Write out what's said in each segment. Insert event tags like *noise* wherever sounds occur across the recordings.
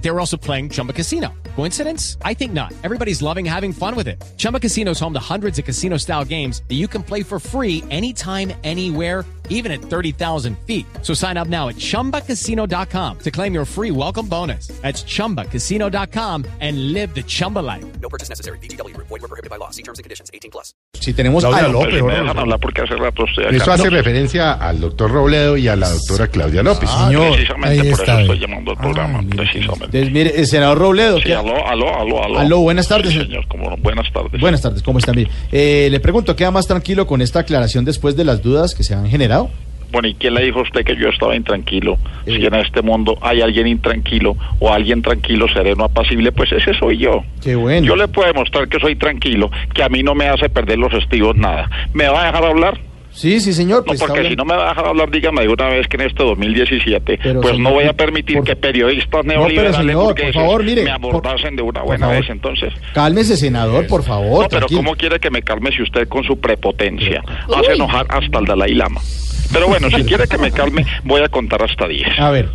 They were also playing Chumba Casino. Coincidence? I think not. Everybody's loving having fun with it. Chumba Casino is home to hundreds of casino style games that you can play for free anytime, anywhere even at 30,000 feet. So sign up now at ChumbaCasino.com to claim your free welcome bonus. That's ChumbaCasino.com and live the Chumba life. No purchase necessary. BGW. Void were prohibited by law. See terms and conditions. 18 plus. Si tenemos Claudia, a López. pero ¿no? me pues, dejan hablar porque hace rato estoy acá. Eso hace No, referencia al doctor Robledo y a la doctora Claudia López. Ah, señor. Ahí Precisamente por eso está. Ah, estoy llamando al programa, mire, precisamente. Entonces, mire, eh, senador Robledo. Sí, ¿qué- aló, aló, aló, aló. Aló, buenas tardes. Sí, señor, cómo no, buenas tardes. Buenas tardes, ¿cómo están? Bien. Eh, le pregunto, ¿queda más tranquilo con esta aclaración después de las dudas que se han generado? Bueno, ¿y quién le dijo a usted que yo estaba intranquilo? Si en este mundo hay alguien intranquilo o alguien tranquilo, sereno, apacible, pues ese soy yo. Qué bueno. Yo le puedo demostrar que soy tranquilo, que a mí no me hace perder los estivos nada. ¿Me va a dejar hablar? Sí, sí, señor. No, pues, está porque si hablando- no me va a dejar hablar, dígame de una vez que en este 2017, Pero, pues señor, no voy a por- permitir por- que periodistas pero, neoliberales señor, por burgueses favor, mire, me por- abordasen de una por buena favor. vez. Entonces, Cálmese, senador, por favor. Oh, no, pero tranquilo. ¿cómo quiere que me calme si usted con su prepotencia hace enojar hasta el Dalai Lama? Pero bueno, si quiere que me calme, voy a contar hasta 10. A ver,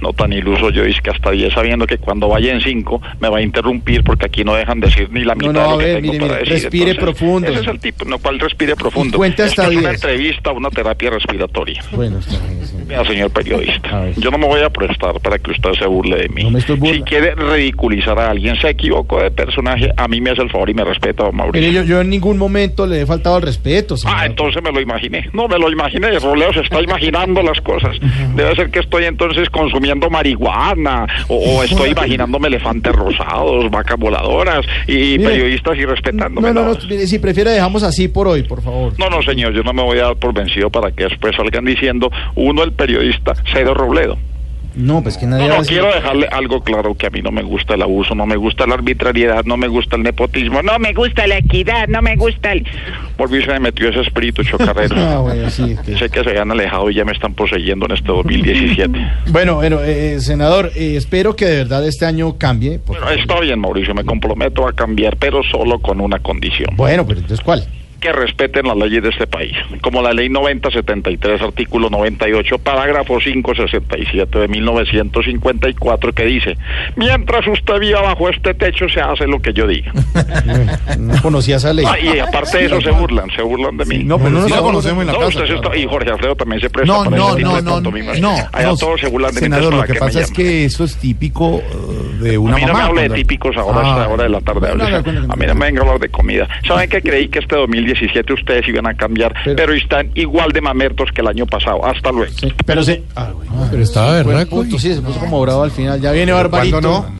No tan iluso yo, es que hasta 10, sabiendo que cuando vaya en 5 me va a interrumpir porque aquí no dejan decir ni la No, mitad no, de a lo que ver, tengo mire, para mire, decir. respire Entonces, profundo. Ese es el tipo, no, ¿cuál respire profundo? cuenta Esto hasta es una 10. entrevista, una terapia respiratoria. bueno, está bien, sí. Mira, señor A periodista, ver. yo no me voy a prestar para que usted se burle de mí. No me estoy burla- si quiere ridiculizar a alguien, se equivocó de personaje, a mí me hace el favor y me respeta, don Mauricio. Mire, yo, yo en ningún momento le he faltado al respeto, señor. Ah, entonces me lo imaginé. No, me lo imaginé. Roleo se está imaginando las cosas. Debe ser que estoy entonces consumiendo marihuana o, o estoy imaginándome elefantes rosados, vacas voladoras y Mire, periodistas y No, respetándome. no, no, mire, si prefiere dejamos así por hoy, por favor. No, no, señor, yo no me voy a dar por vencido para que después salgan diciendo uno el periodista, cero Robledo. No, pues que nadie... No, no, hace- quiero dejarle algo claro que a mí no me gusta el abuso, no me gusta la arbitrariedad, no me gusta el nepotismo, no me gusta la equidad, no me gusta el... Volví y se me metió ese espíritu chocarrero. *laughs* Ah, bueno, sí, que- Sé que se han alejado y ya me están poseyendo en *laughs* este 2017. Bueno, bueno, eh, senador, eh, espero que de verdad este año cambie. por Pero favor. está bien, Mauricio, me comprometo a cambiar, pero solo con una condición. Bueno, pero entonces, ¿cuál? Que respeten las leyes de este país, como la ley 9073, artículo 98, parágrafo 567 de 1954, que dice, mientras usted viva bajo este techo, se hace lo que yo diga. No conocía esa ley. Ah, y aparte de eso se burlan, se burlan de mí. No, pero no, sí, la no, conocemos en la No, casa. usted se está- claro. y Jorge Alfredo también se presta No, para no, ese tipo no, de no, pantomimas. no. Allá no, todos se burlan de mí, Senador, entonces, lo ¿para que qué me pasa es llaman? que eso es típico eh, de A una mí no mamá. me hable de cuando- típicos ahora, a esta Ah. hora de la tarde. No, no, hable. no, no, no. a mí no me venga a hablar de comida. ¿Saben que creí que este 2017 ustedes iban a cambiar? Pero- Pero, están igual de mamertos que el año pasado. Hasta luego. Sí, Pero se... Ah, bueno, Pero estaba buen berraco. punto, sí, se puso como bravo al final. Ya viene Barbarito. ¿Cuándo no?